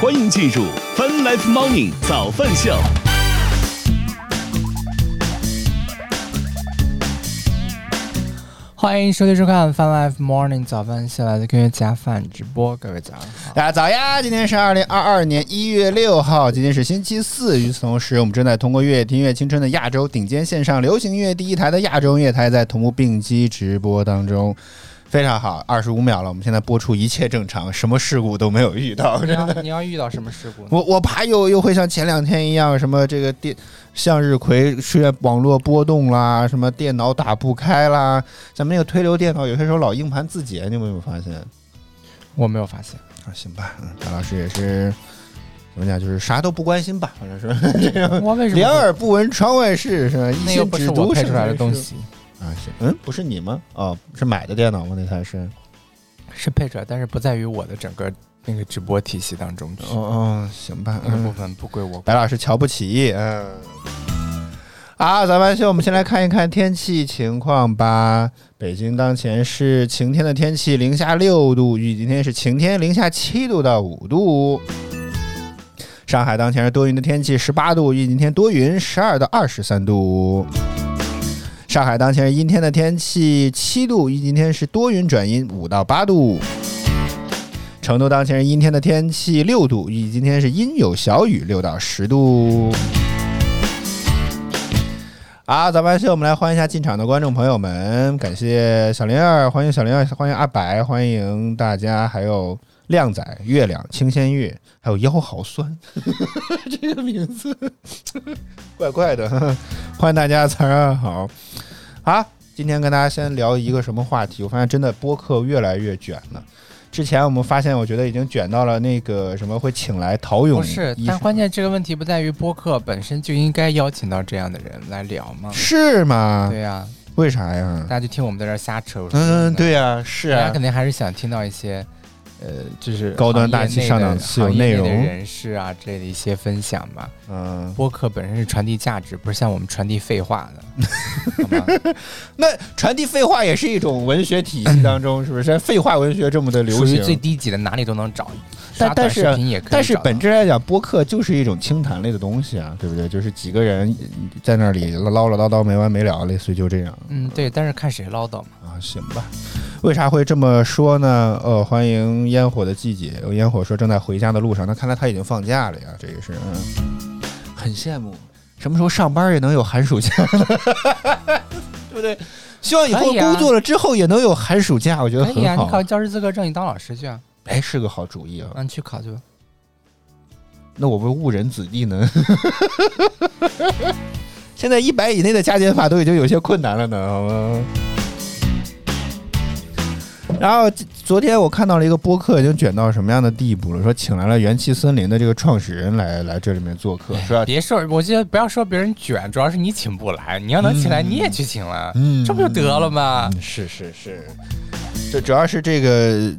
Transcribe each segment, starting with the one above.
欢迎进入 Fun Life Morning 早饭秀。欢迎收听收看《Fun Life Morning 早饭秀》，来自 QQ 加饭直播，各位早上好。大家早呀！今天是二零二二年一月六号，今天是星期四。与此同时，我们正在通过“乐听乐青春”的亚洲顶尖线上流行音乐第一台的亚洲音乐台，在同步并机直播当中。非常好，二十五秒了，我们现在播出一切正常，什么事故都没有遇到。 你要你要遇到什么事故呢？我我怕又又会像前两天一样，什么这个电向日葵出现网络波动啦，什么电脑打不开啦，咱们那个推流电脑有些时候老硬盘自检，你有没有发现？我没有发现，啊，行吧，嗯，张老师也是怎么讲，就是啥都不关心吧，反正是 这样。我为什么两耳不闻窗外事是吧？一那又心不只是我读配圣出来的贤东书西，啊，是嗯，不是你吗？哦，是买的电脑吗？那台是？是配出来，但是不在于我的整个那个直播体系当中去，哦哦，行吧，那个部嗯，分不归我管。白老师瞧不起，嗯。啊，咱们先我们先来看一看天气情况吧。北京当前是晴天的天气，零下六度，预计今天是晴天，零下七度到五度。上海当前是多云的天气，十八度，预计今天多云，十二到二十三度。上海当前是阴天的天气，七度，预计今天是多云转阴，五到八度。成都当前是阴天的天气，六度，预计今天是阴有小雨，六到十度。啊，早班秀，我们来欢迎一下进场的观众朋友们，感谢小灵儿，欢迎小灵儿，欢迎阿白，欢迎大家，还有靓仔、月亮、清仙月，还有腰好酸，这个名字怪怪的，欢迎大家早上好。啊，今天跟大家先聊一个什么话题？我发现真的播客越来越卷了。之前我们发现，我觉得已经卷到了那个什么会请来陶不勇医哦是生，，但关键这个问题不在于播客本身就应该邀请到这样的人来聊吗？是啊吗？对呀，为啥呀大？家就听我们在这儿瞎扯。嗯，，对呀、是大啊家，肯定还是想听到一些，呃，就是高端大气行业内的上档次有行业内内容的人士啊之类的一些分享吧。嗯，播客本身是传递价值，不是像我们传递废话 的，好吗？那传递废话也是一种文学体系当 中，是不是？废话文学这么的流属于最行，低级的，哪里都能找。刷但但短是视频也可以但是找到本质来讲，播客就是一种清谈类的东西啊，对不对？就是几个人在那里唠唠叨叨没完没了，类似于就这样嗯对，但是看谁唠叨嘛。啊，行吧。为啥会这么说呢？呃，欢迎烟火的季节。有烟火说正在回家的路上，那看来他已经放假了呀，这也是，嗯，很羡慕。什么时候上班也能有寒暑假， 对不对？希望以后可以啊工作了之后也能有寒暑假，我觉得可以啊，你很好考。教师资格证，你当老师去啊，哎，是个好主意啊！嗯，去考去吧。那我们误人子弟呢？ 现在一百以内的加减法都已经有些困难了呢，好吗？然后今昨天我看到了一个播客，已经卷到什么样的地步了？说请来了元气森林的这个创始人来来这里面做客，是吧？别说，我觉得不要说别人卷，主要是你请不来。你要能请来，你也去请了，嗯这不就得了吗？嗯是是是，这主要是这个，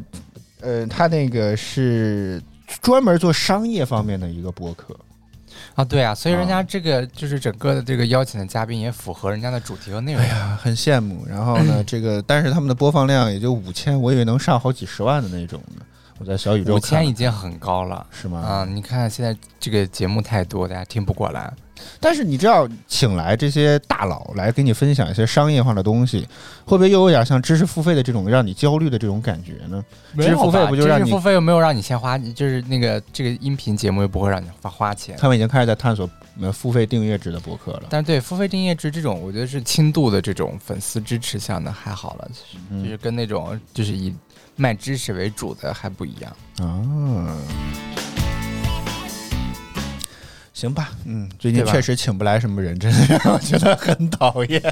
呃，他那个是专门做商业方面的一个播客，啊，对啊，所以人家这个就是整个的这个邀请的嘉宾也符合人家的主题和内容。啊，很羡慕。然后 呢，这个但是他们的播放量也就五千，我以为能上好几十万的那种呢。我在小宇宙五千看已经很高了。是吗？啊、你看现在这个节目太多，大家听不过来。但是你知道，请来这些大佬来给你分享一些商业化的东西，会不会又有点像知识付费的这种让你焦虑的这种感觉呢？没有吧付费不就让你？知识付付费又没有让你先花，就是那个这个音频节目又不会让你花花钱。他们已经开始在探索呃付费订阅制的博客了。但是对付费订阅制这种，我觉得是轻度的这种粉丝支持项的还好了，就是就嗯是跟那种就是以卖知识为主的还不一 样。啊，行吧，嗯，最近对吧确实请不来什么人，真的让我觉得很讨厌。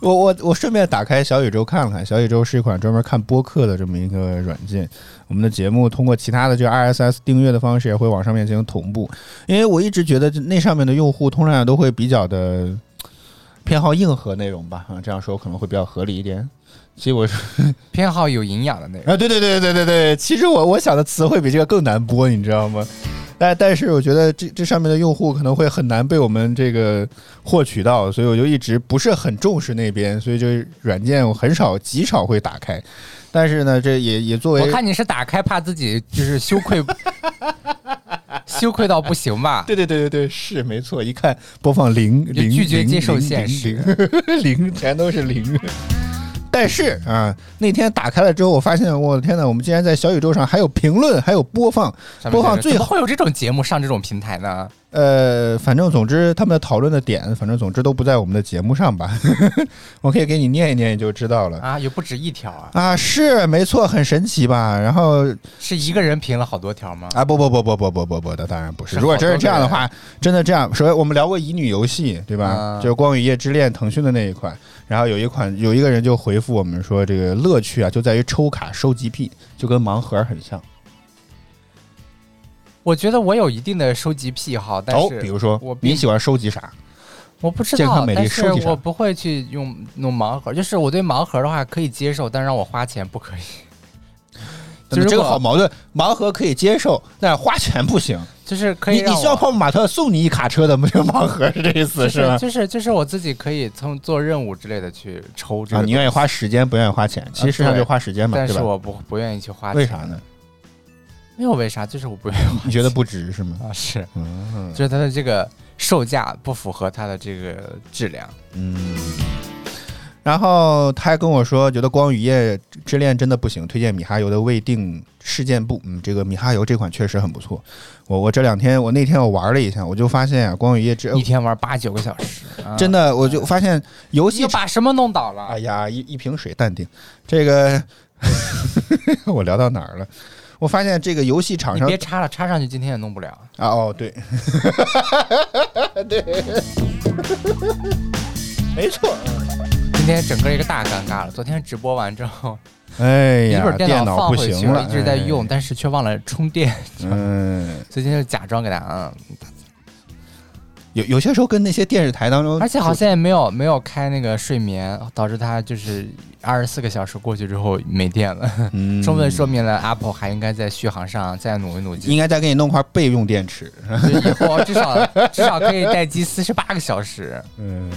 我我我顺便打开小宇宙看了看，小宇宙是一款专门看播客的这么一个软件。我们的节目通过其他的这个 RSS 订阅的方式也会往上面进行同步，因为我一直觉得这那上面的用户通常都会比较的偏好硬核内容吧，啊，这样说可能会比较合理一点。其实我偏好有营养的内容，啊，对对对对对对，其实我我想的词汇比这个更难播，你知道吗？但但是我觉得这这上面的用户可能会很难被我们这个获取到，所以我就一直不是很重视那边，所以就是软件我很少极少会打开。但是呢，这也也作为我看你是打开，怕自己就是羞 愧，羞愧到不行吧？对对对对对，是没错。一看播放零就零，拒绝零接受现实，零零全都是零。但是啊，那天打开了之后，我发现我的天呐，我们竟然在小宇宙上还有评论，还有播放，上面播放写着最怎么好。会有这种节目上这种平台呢？呃，反正总之他们的讨论的点，反正总之都不在我们的节目上吧。 我可以给你念一念，你就知道了。啊，有不止一条啊，啊，是没错，很神奇吧？然后是一个人评了好多条吗？啊，不不不不不不不不的，当然不是。是如果真是好多这样的话，真的这样。首先，我们聊过乙女游戏，对吧？啊就是《光与夜之恋》腾讯的那一款。然后有一款有一个人就回复我们说，这个乐趣啊就在于抽卡收集癖，就跟盲盒很像。我觉得我有一定的收集癖好，但哦是，比如说我并你喜欢收集啥？我不知健康道，美丽但收是集啥我不会去用弄盲盒，就是我对盲盒的话可以接受，但让我花钱不可以。 就如这个好果矛盾，盲盒可以接受，但是花钱不行。就是可以你你让需要我泡泡玛特送你一卡车的，没有盲盒是这意思就是吗是？就是就是我自己可以从做任务之类的去抽这啊，个，你愿意花时间，不愿意花钱，其实实际上对就花时间嘛，但啊对是吧？我不不愿意去花钱。为啥呢？？没有为啥，就是我不愿意花你觉得不值是吗？ 啊，是嗯就是它的这个售价不符合它的这个质量。嗯。然后他还跟我说，觉得《光与夜之恋》真的不行，推荐米哈游的《未定事件簿》。嗯，这个米哈游这款确实很不错。我我这两天，我那天我玩了一下，我就发现啊，《光与夜之一》天玩八九个小时，啊真的，我就发现游你戏又把什么弄倒了？哎呀，一一瓶水，淡定。这个 我聊到哪儿了？我发现这个游戏厂你商别插了，插上去今天也弄不了。啊，哦，对，对，没错。今天整个一个大尴尬了。昨天直播完之后，哎一呀，会儿电脑脑放不回去行了，一直在哎用，。但是却忘了充电，嗯，所以今天就假装给大家。嗯有有些时候跟那些电视台当中，而且好像也没有没有开那个睡眠，导致它就是二十四个小时过去之后没电了，嗯充分说明了 Apple 还应该在续航上再努一努劲。应该再给你弄块备用电池。就以后至少至少可以待机四十八个小时。嗯。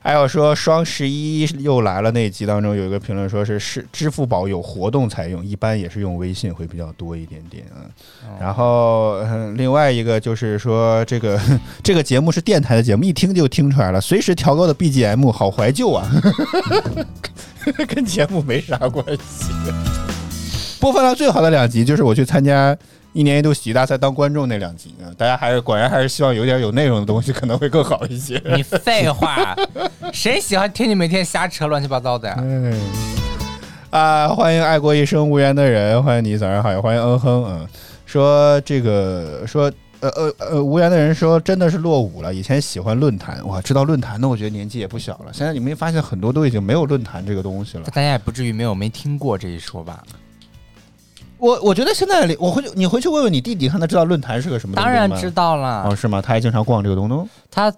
还有说双十一又来了那一集当中有一个评论说是是支付宝有活动才用，一般也是用微信会比较多一点点啊。然后、嗯另外一个就是说这个 这个节目是电台的节目，一听就听出来了，随时调高的 BGM 好怀旧啊， 跟节目没啥关系。播放量最好的两集就是我去参加一年一度喜剧大赛当观众那两集啊，大家还是果然还是希望有点有内容的东西可能会更好 一些。你废话，谁喜欢听你每天瞎扯乱七八糟的呀？嗯，啊，欢迎爱过一生无缘的人，欢迎你，早上好，也欢迎嗯哼，嗯，说这个说。呃呃呃，无缘的人说真的是落伍了。以前喜欢论坛，哇，知道论坛的，我觉得年纪也不小了。现在你没发现很多都已经没有论坛这个东西了大。家也不至于没有没听过这一说吧？我我觉得现在里我回去，你回去问问你弟弟，看他知道论坛是个什么东西当吗。然知道了哦，，是吗？他还经常逛这个东东。他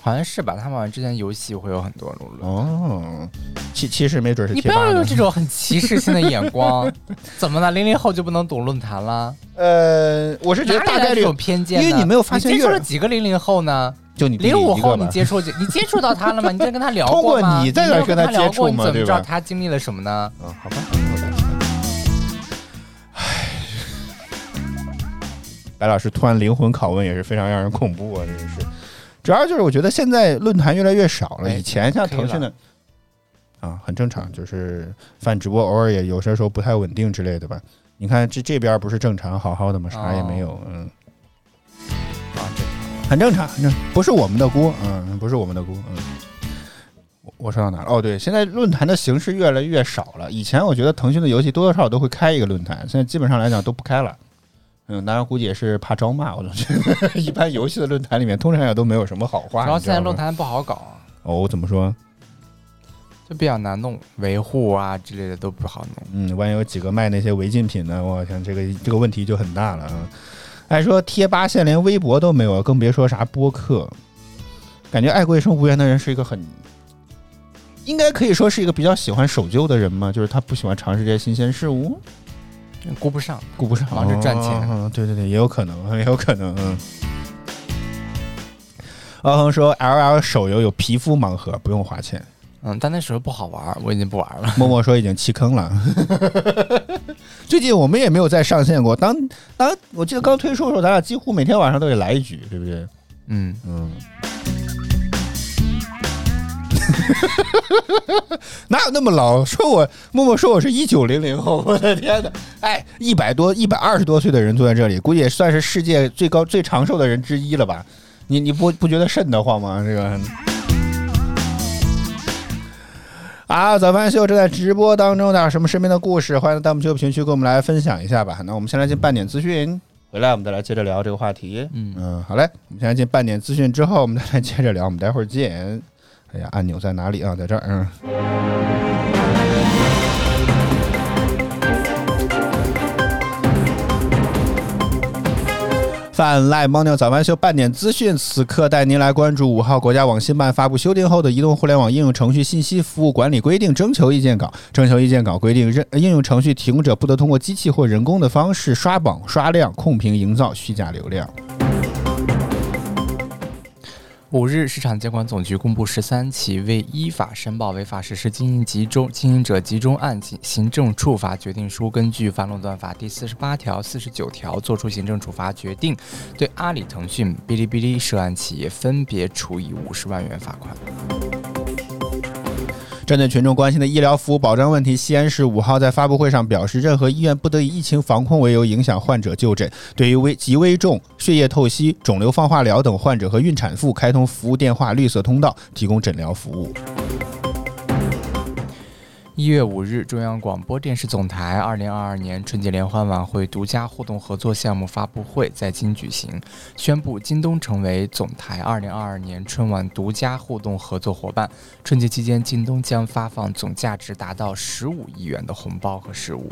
好像是吧？他们好像之前游戏会有很多种论。哦，其其实没准是你贴不吧要呢用这种很歧视性的眼光， 怎么了？零零后就不能懂论坛了？呃，我是觉哪得里大来概这率种偏见呢？因为你没有发现你接触越了几个零零后呢？就你弟弟零五一个后你吧。接触你接触到他了吗？你在跟他聊通过过吗？你在那没儿有跟跟他聊接过，触你嘛怎么对知道吧他经历了什么呢？嗯，好吧。白老师突然灵魂拷问也是非常让人恐怖啊，这个是。主要就是我觉得现在论坛越来越少了，哎以前像腾可讯以的啊，很正常，就是饭直播偶尔也有些时候不太稳定之类的吧。你看这这边不是正常好好的吗？啥也没哦有，嗯，啊，很正常，很正常不是我们的锅，嗯，不是我们的锅，嗯。我我说到哪了？哦，对，现在论坛的形式越来越少了。以前我觉得腾讯的游戏多多少少都会开一个论坛，现在基本上来讲都不开了。嗯，当然估计也是怕招骂，我总觉得 一般游戏的论坛里面通常也都没有什么好话。主要你知现道在吗论坛不好搞，啊哦，我怎么说？就比较难弄，维护啊之类的都不好弄。嗯，万一有几个卖那些违禁品的，我天，这个这个问题就很大了啊！还说贴吧现在连微博都没有，更别说啥播客。感觉爱过一生无缘的人是一个很，应该可以说是一个比较喜欢守旧的人嘛，就是他不喜欢尝试这些新鲜事物，顾不上，顾不上忙着赚钱嗯、对对对，也有可能， 也有可能。嗯。敖恒说，L L 手游有皮肤盲盒，不用花钱。嗯，但那时候不好玩儿，我已经不玩 了。默默说已经弃坑了。 最近我们也没有再上线过。当当，我记得刚推出的时候，咱俩几乎每天晚上都得来一局，对不对？嗯，嗯。哪有那么老？说我默默说我是一九零 零后，我的天哪！哎，一百多、一百二十多岁的人坐在这里，估计也算是世界最高、最长寿的人之一了吧？你你不不觉得瘆得慌吗？这个。 啊，早饭秀正在直播当中，大家有什么身边的故事，欢迎在弹幕区、评论区跟我们来分享一下吧。那我们先来进半点资讯，回来我们再来接着聊这个话题。嗯好嘞，我们先来进半点资讯之后，我们再来接着聊，我们待会儿见。哎呀，按钮在哪里啊？在这儿，嗯。泛赖猫尿早班秀半点资讯，此刻带您来关注五号国家网信办发布修订后的《移动互联网应用程序信息服务管理规定》征求意见稿。征求意见稿规定，任应用程序提供者不得通过机器或人工的方式刷榜、刷量、控评、营造虚假流量。五日，市场监管总局公布十三起未依法申报违法实施经营集中经营者集中案行行政处罚决定书，根据《反垄断法》第四十八条、四十九条作出行政处罚决定，对阿里、腾讯、哔哩哔哩涉案企业分别处以五十万元罚款。针对群众关心的医疗服务保障问题，西安市五号在发布会上表示，任何医院不得以疫情防控为由影响患者就诊。对于危极危重、血液透析、肿瘤放化疗等患者和孕产妇，开通服务电话绿色通道，提供诊疗服务。一月五日，中央广播电视总台二零二二年春节联欢晚会独家互动合作项目发布会在京举行，宣布京东成为总台二零二二年春晚独家互动合作伙伴。春节期间，京东将发放总价值达到十五亿元的红包和食物。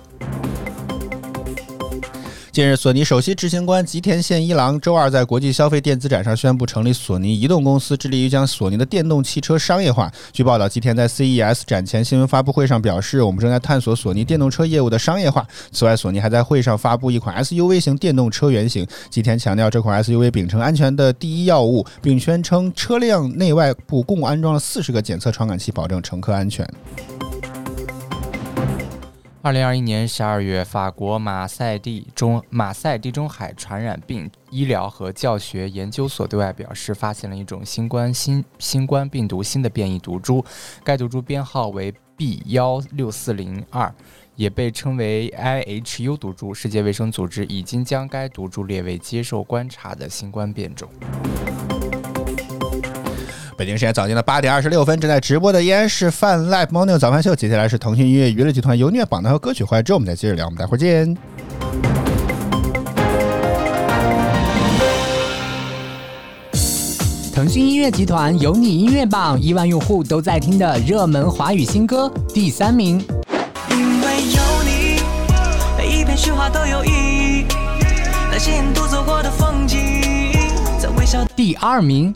近日，索尼首席执行官吉田宪一郎周二在国际消费电子展上宣布成立索尼移动公司，致力于将索尼的电动汽车商业化。据报道，吉田在 CES 展前新闻发布会上表示，我们正在探索索尼电动车业务的商业化。此外，索尼还在会上发布一款 SUV 型电动车原型。吉田强调，这款 SUV 秉承安全的第一要务，并宣称车辆内外部共安装了四十个检测传感器，保证乘客安全。二零二一年十二月，法国马赛地中马赛地中海传染病医疗和教学研究所对外表示，发现了一种新冠新新冠病毒新的变异毒株，该毒株编号为 B 幺六四零二，也被称为 IHU 毒株。世界卫生组织已经将该毒株列为接受观察的新冠变种。北京时间早间的八点二十六分，正在直播的依然是泛 Live Morning 早饭秀。接下来是腾讯音乐娱乐集团优虐榜单和歌曲回来之后，我们再接着聊。我们待会儿见。腾讯音乐集团有你音乐榜，亿万用户都在听的热门华语新歌，第三名。因为有你，每一篇雪花都有意义。那些年度走过的风景，在微笑。第二名，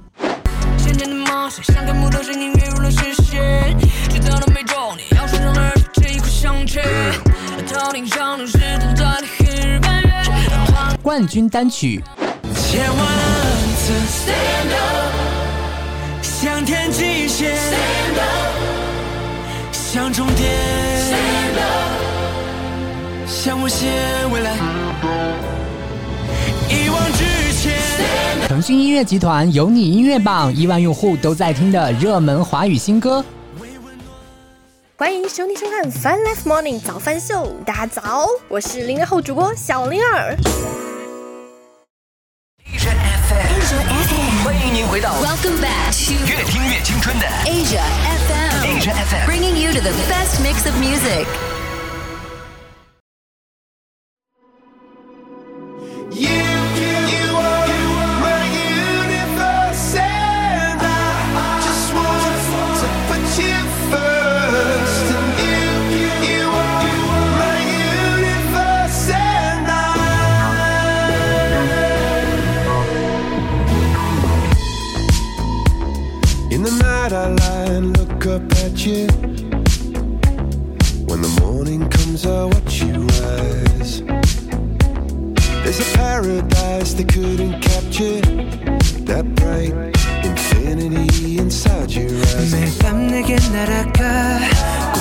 先前的梦想像个木头，声音跃入了视线。直到了每种你要说上了这一块香气。头顶上都是独在的黑日半月。冠军单曲千万次 stand up，向天际线 stand up，向终点 stand up，向无限未来，一往直前。腾讯音乐集团有你音乐榜，亿万用户都在听的热门华语新歌。欢迎收听收看《Fun Life Morning 早饭秀》，大家早，我是零零后主播小灵儿。 Asia FM，欢迎您回到 Welcome back to 越听越青春的 Asia FM, Asia FM。 bringing you to the best mix of music. You, you, you are, you are my universe, and I, I just want to put you first. And you, you, you are, you are my universe, and I. In the night, I lie and look up at you. When the morning comes, I watch you rise. There's a paradise they couldn't capture. That bright infinity inside your eyes. 매밤 내게 날아가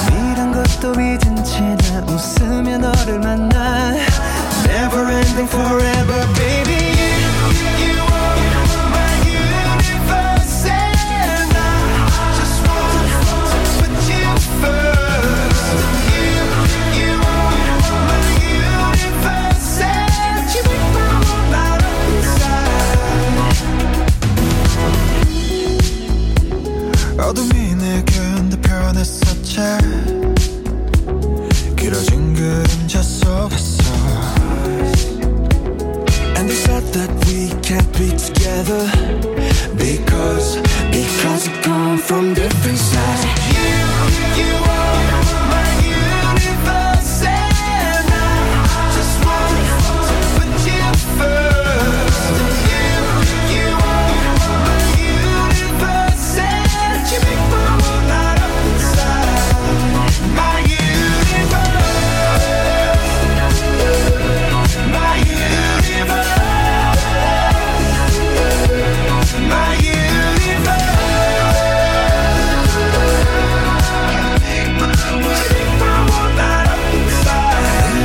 and just so I saw. And they said that we can't be together because because we come from different sides. You you are my universe and I just want to put you first. And you you are my universe and you make my world light up inside. My universe. My universe, my universe. Take my world light up inside,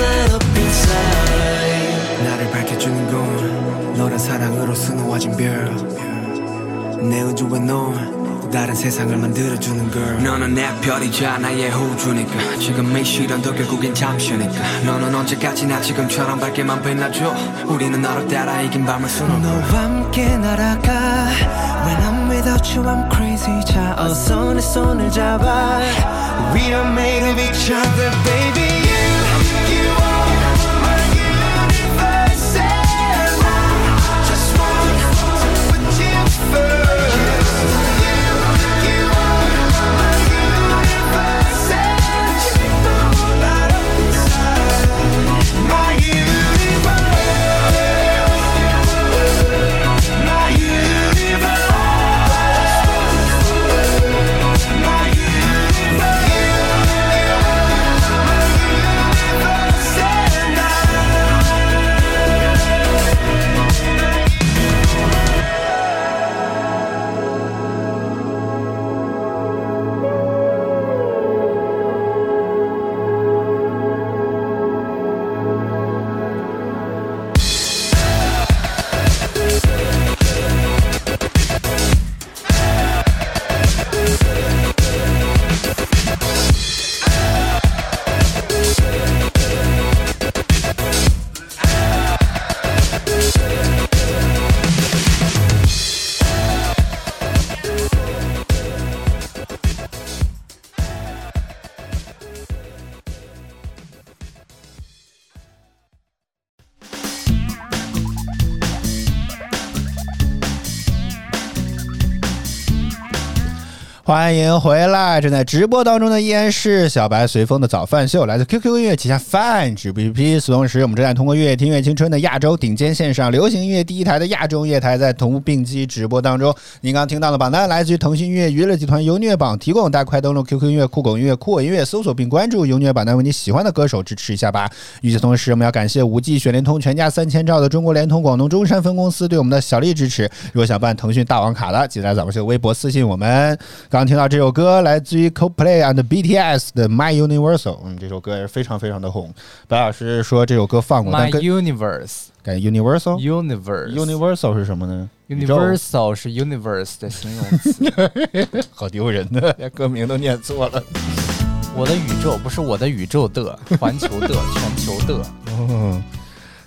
light up inside. 나를 밝혀주는 건 너란 사랑으로 수놓아진 별. 내 우주와 넌또 다른 세상을 만들어주는 girl 너는 내 별이자 나의 호주니까 지금 이 시련도 결국엔 잠시니까 너는 언제까지나 지금처럼 밝게만 빛나줘 우리는 너로 따라 이긴 밤을 수놓고 너와 함께 날아가 When I'm without you I'm crazy 자 어서 내 손을 잡아 We are made of each other baby You, you are my universe and I just want to put you first. You, you are my universe and you make the whole light up inside. My universe, my universe, my universe, and I. 《欢迎回来！正在直播当中的依然是小白随风的早饭秀，来自 QQ 音乐旗下 Fun 直播 APP。同时，我们正在通过“乐听乐青春”的亚洲顶尖线上流行音乐第一台的亚洲音乐台，在同步并机直播当中。您刚听到的榜单来自于腾讯音乐娱乐集团优虐榜，提供大家快登录 QQ 音乐、酷狗音乐、酷我音乐，搜索并关注优虐榜单，为你喜欢的歌手支持一下吧。与此同时，我们要感谢五 G 选联通全家三千兆的中国联通广东中山分公司对我们的小力支持。如果想办腾讯大王卡的，记得来咱们秀微博私信我们。刚听到这首歌来自于 Coldplay and BTS 的《My Universal》，嗯，这首歌也是非常非常的红。白老师说这首歌放过，但 My 跟哦 universe 感觉 Universal universe Universal 是什么呢宇宙 universal 是 universe 的形容词，好丢人的，连歌名都念错 了。我的宇宙不是我的宇宙的，环球的，全球的，嗯，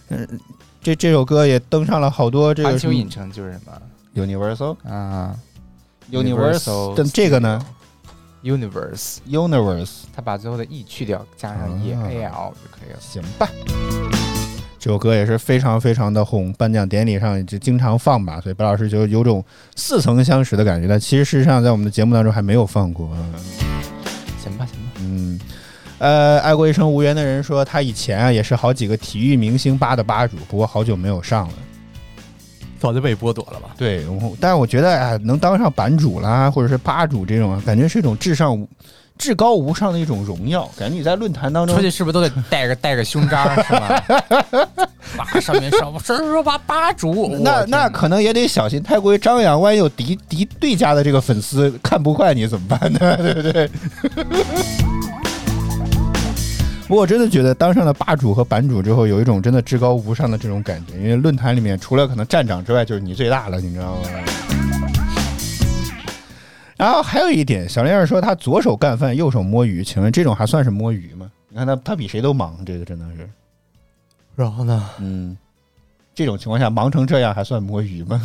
嗯，这这首歌也登上了好多 这环个球影城就是什么 Universal 啊 Universal Universal 但这个呢？universe， ？Universe 他把最后的 e 去掉，加上 e 啊 a l 就可以了。行吧。这首歌也是非常非常的红，颁奖典礼上也就经常放吧，所以白老师就有种似曾相识的感觉。但其实事实上，在我们的节目当中还没有放过。嗯行吧，行吧，嗯，呃，爱过一生无缘的人说，他以前啊也是好几个体育明星吧的吧主，不过好久没有上了。早就被剥夺了吧？对，我但是我觉得啊，能当上版主啦，或者是吧主这种啊，感觉是一种至上无、至高无上的一种荣耀。感觉你在论坛当中出，去是不是都得带个带个胸章是吗？ 吧上面上，什么时候吧吧主？那我天那可能也得小心，太过于张扬，万一有敌敌对家的这个粉丝看不惯你怎么办呢？ 对不对？不过我真的觉得当上了吧主和版主之后，有一种真的至高无上的这种感觉，因为论坛里面除了可能站长之外，就是你最大了，你知道吗？然后还有一点，小玲儿说他左手干饭，右手摸鱼，请问这种还算是摸鱼吗？你看他他比谁都忙，这个真的是，然后呢？嗯，这种情况下忙成这样还算摸鱼吗？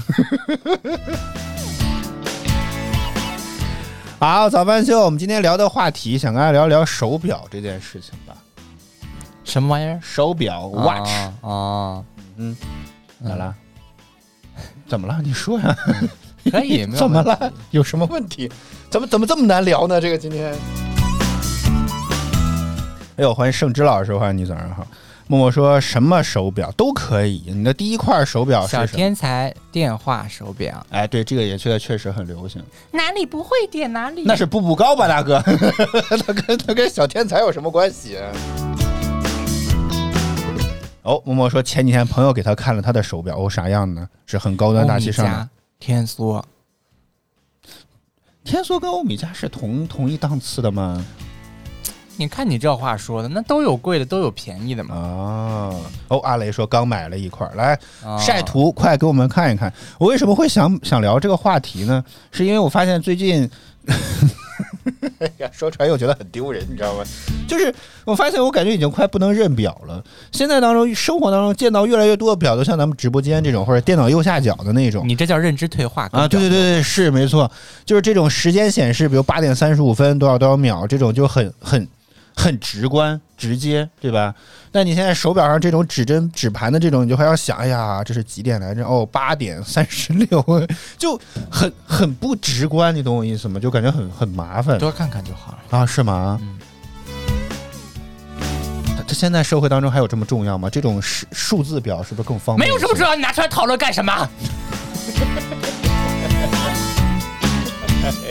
好，早饭秀，我们今天聊的话题，想跟大家聊聊手表这件事情吧。什么玩意儿手表 watch，、啊嗯啊，咋了？ 怎么了？你说呀？可以，没有 怎么问题了？有什么问题？怎么怎么这么难聊呢？这个今天。哎呦，欢迎盛之老师，欢迎你，早上好。默默说什么手表都可以，你的第一块手表小是什么？天才电话手表，哎，对，这个也确确实很流行。哪里不会点哪里那是步步高吧，大哥？ 他跟他跟小天才有什么关系？哦，默默说前几天朋友给他看了他的手表，哦，啥样呢？是很高端大气上欧米的茄。天梭，天梭跟欧米茄是同同一档次的吗？你看你这话说的，那都有贵的，都有便宜的嘛。啊，哦，阿雷说刚买了一块儿，来啊晒图，快给我们看一看。我为什么会想想聊这个话题呢？是因为我发现最近， 哎呀，说出来又觉得很丢人，你知道吗？就是我发现我感觉已经快不能认表了。现在当中生活当中见到越来越多的表，都像咱们直播间这种，或者电脑右下角的那种。你这叫认知退化啊，对对对对，是没错，就是这种时间显示，比如八点三十五分多少多少秒，这种就很很很直观直接，对吧？那你现在手表上这种指针指盘的这种，你就还要想，哎呀，这是几点来着？哦，八点三十六，就很很不直观，你懂我意思吗？就感觉很很麻烦多看看就好了。啊，是吗？嗯它它现在社会当中还有这么重要吗？这种数数字表是不是更方便没一些？有什么重要，你拿出来讨论干什么？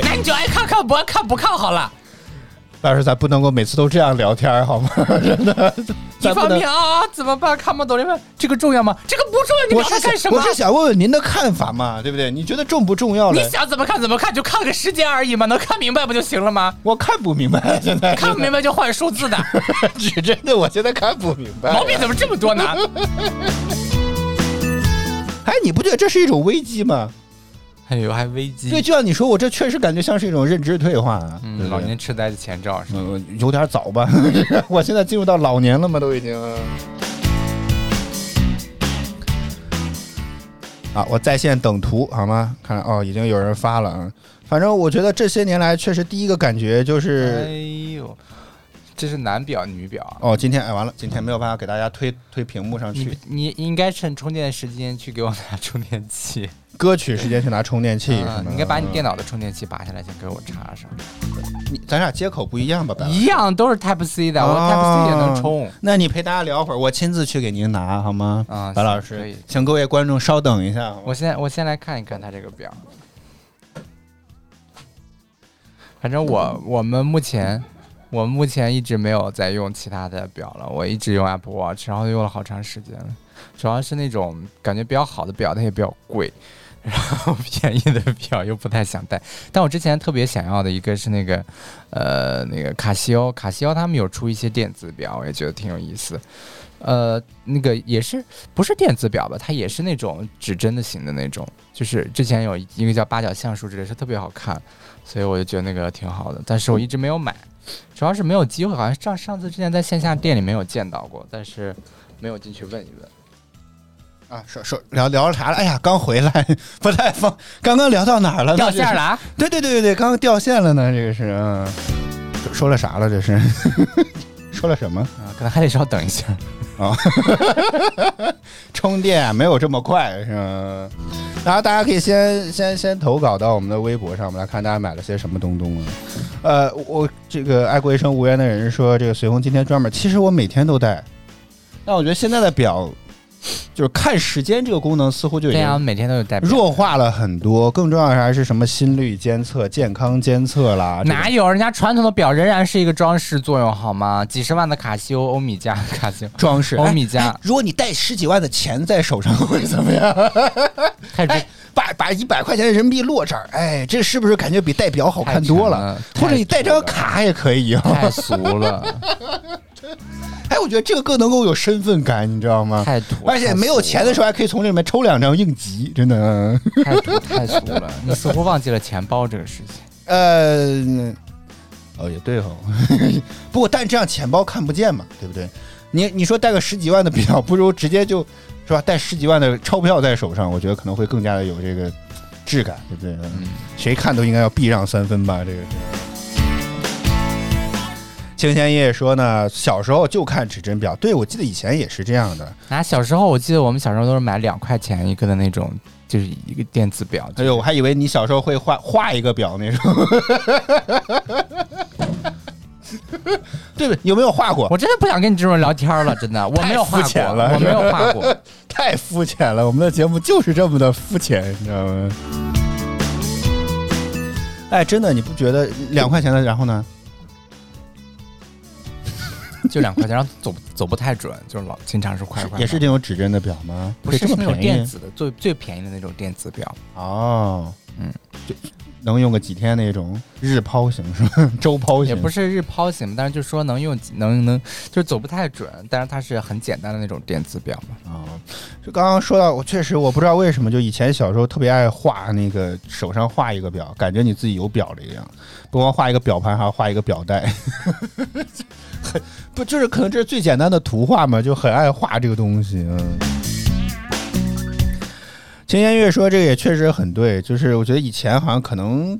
那你就爱看看不爱看不看好了。但是咱不能够每次都这样聊天儿好吗？ 真的， 一咱不方能面。啊，怎么办？看不懂，另外这个重要吗？这个不重要，你我聊是它想干什么我？是想问问您的看法嘛，对不对？你觉得重不重要你嘞？想怎么看怎么看，就看个时间而已嘛，能看明白不就行了 吗？我看不明白， 现在看不明白就换数 字的，白，指真的，我现在看不明白。毛病怎么这么多呢？哎，你不觉得这是一种危机吗？哎呦，还危对，机。就像你说，我这确实感觉像是一种认知退化啊，对嗯，不老对年痴呆的前兆是吧？嗯，有点早吧？ 我现在进入到老年了吗？都已经。啊，我在线等图好吗？看哦，已经有人发了啊。反正我觉得这些年来，确实第一个感觉就是，哎呦，这是男表女表啊！哦，今天哎完了，今天没有办法给大家推推屏幕上去你。你应该趁充电时间去给我拿充电 器，歌曲时间去拿充电器嗯什么的。你应该把你电脑，脑的充电器拔下来，先给我插上。你嗯咱俩接口不一样吧？白老师一样都是 Type C 的，我 Type C 也能充。那你陪大家聊会儿，我亲自去给您拿好吗？啊白老行可师以，请各位观众稍等一下。好吗我先我先来看一看它这个表。反正我我们目前我目前一直没有在用其他的表了，我一直用 Apple Watch，然后用了好长时间了。主要是那种感觉比较好的表，它也比较贵， 然后便宜的表又不太想戴。但我之前特别想要的一个是那个呃那个卡西欧，卡西欧他们有出一些电子表，我也觉得挺有意思。呃，那个也是不是电子表吧？它也是那种指针的型的那种，就是之前有一个叫八角橡树之类，是特别好看，所以我就觉得那个挺好的，但是我一直没有买，主要是没有机会，好像上上次之前在线下店里没有见到过，但是没有进去问一问。啊，说说聊聊啥了？哎呀，刚回来，不太方。刚刚聊到哪儿了呢？掉线了啊！这是。对对对对对，刚刚掉线了呢。这个是，嗯，说说了啥了？这是 说了什么啊，可能还得稍等一下。啊？充电啊没有这么快是吧？然后大家可以先先先投稿到我们的微博上，我们来看大家买了些什么东东啊。呃，我这个爱过一生无缘的人说，这个随风今天专门，其实我每天都戴，但我觉得现在的表就是看时间这个功能似乎就已对啊经呀、每天都有代表。弱化了很多，更重要的还是什么心率监测、健康监测啦，这哪个有人家传统的表仍然是一个装饰作用好吗？几十万的卡西欧、欧米茄、卡西欧、装饰欧哎米茄哎如果你带十几万的钱在手上会怎么 样？太哎，把把一百块钱人民币落这儿，哎，这是不是感觉比戴表好看多了？太沉了或者你带张太卡也可以啊。太俗 了，哎，我觉得这个更能够有身份感，你知道吗？太土，而且没有钱的时候还可以从这里面抽两张应急，真的。太土太俗了，你似乎忘记了钱包这个事情。呃，哦，也对哦。 不过，但这样钱包看不见嘛，对不对？你你说带个十几万的表，不如直接就是吧，带十几万的钞票在手上，我觉得可能会更加的有这个质感，对不对？嗯、谁看都应该要避让三分吧，这个是。清闲夜说呢，小时候就看指针表，对我记得以前也是这样的。拿小时候，我记得我们小时候都是买两块钱一个的那种，就是一个电子表。哎呦，我还以为你小时候会画画一个表 那种。对不对？有没有画过？我真的不想跟你这种人聊天了，真的，我没有画太过肤浅了，我没有画过。， 太肤浅了。我们的节目就是这么的肤浅，你知道吗？哎，真的，你不觉得两块钱的，然后呢？就两块钱，然后走走不太准，就是老经常是快快。也是这种指针的表吗？不是这是么那种便宜啊电子的，最最便宜的那种电子表，哦，嗯，就能用个几天那种日抛型是吧？ 周抛也型不是日抛型，但是就说能用能能，就是走不太准，但是它是很简单的那种电子表嘛。啊、就刚刚说到，我确实我不知道为什么，就以前小时候特别爱画那个手上画一个表，感觉你自己有表了一样，不光画一个表盘，还要画一个表带。 很不就是可能这是最简单的图画嘛，就很爱画这个东西。嗯，秦烟月说这个也确实很对，就是我觉得以前好像可能。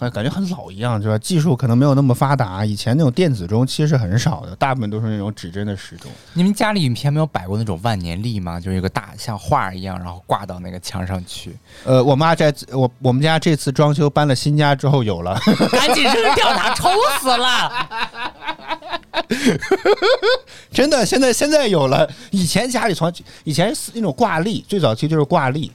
哎，感觉很老一样，就是吧？技术可能没有那么发达，以前那种电子钟其实很少的，大部分都是那种指针的时钟。你们家里以前没有摆过那种万年历吗？就是有个大像画一样，然后挂到那个墙上去。呃，我妈在我我们家这次装修搬了新家之后有了， 赶紧扔掉它，丑死了！真的，现在现在有了。以前家里从以前是那种挂历，最早期就是挂历，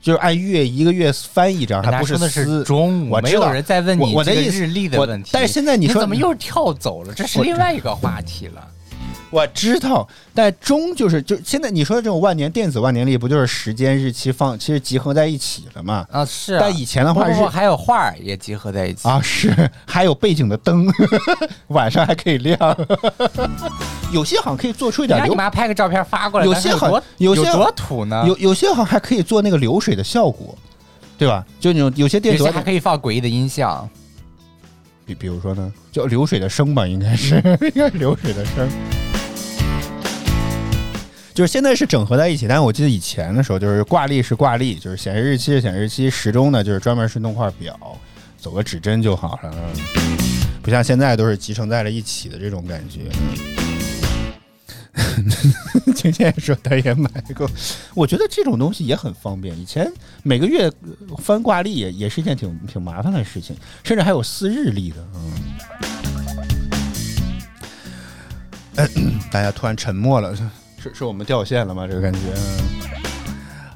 就是按月一个月翻一张，还不说的撕。是中午，我没知道有人在问你我我的这个意思日历的我问题。但是现在你你说怎么又跳走了？这是我另外一个话题了。我知道，但钟就是就现在你说的这种万年电子万年历，不就是时间日期放其实集合在一起了嘛？啊，是啊。但以前的话不不不是还有画儿也集合在一起。啊，是还有背景的灯， 晚上还可以亮。 有些好像可以做出一你点让流你妈拍个照片发过来，有但是些很多有有些多土呢，有有些好像还可以做那个流水的效果，对吧？就那种有些电有子些晚还可以放诡异的音效。比比如说呢，叫流水的声吧，应该是 应该是流水的声。就是现在是整合在一起，但是我记得以前的时候，就是挂历是挂历，就是显示日期是显示日期，时钟呢就是专门是弄块表，走个指针就好了，不像现在都是集成在了一起的这种感觉。 嗯晴天说他也买过，我觉得这种东西也很方便。以前每个月翻挂历也也是一件挺挺麻烦的事情，甚至还有撕日历的。嗯，大家突然沉默了，是是我们掉线了吗？这个感觉。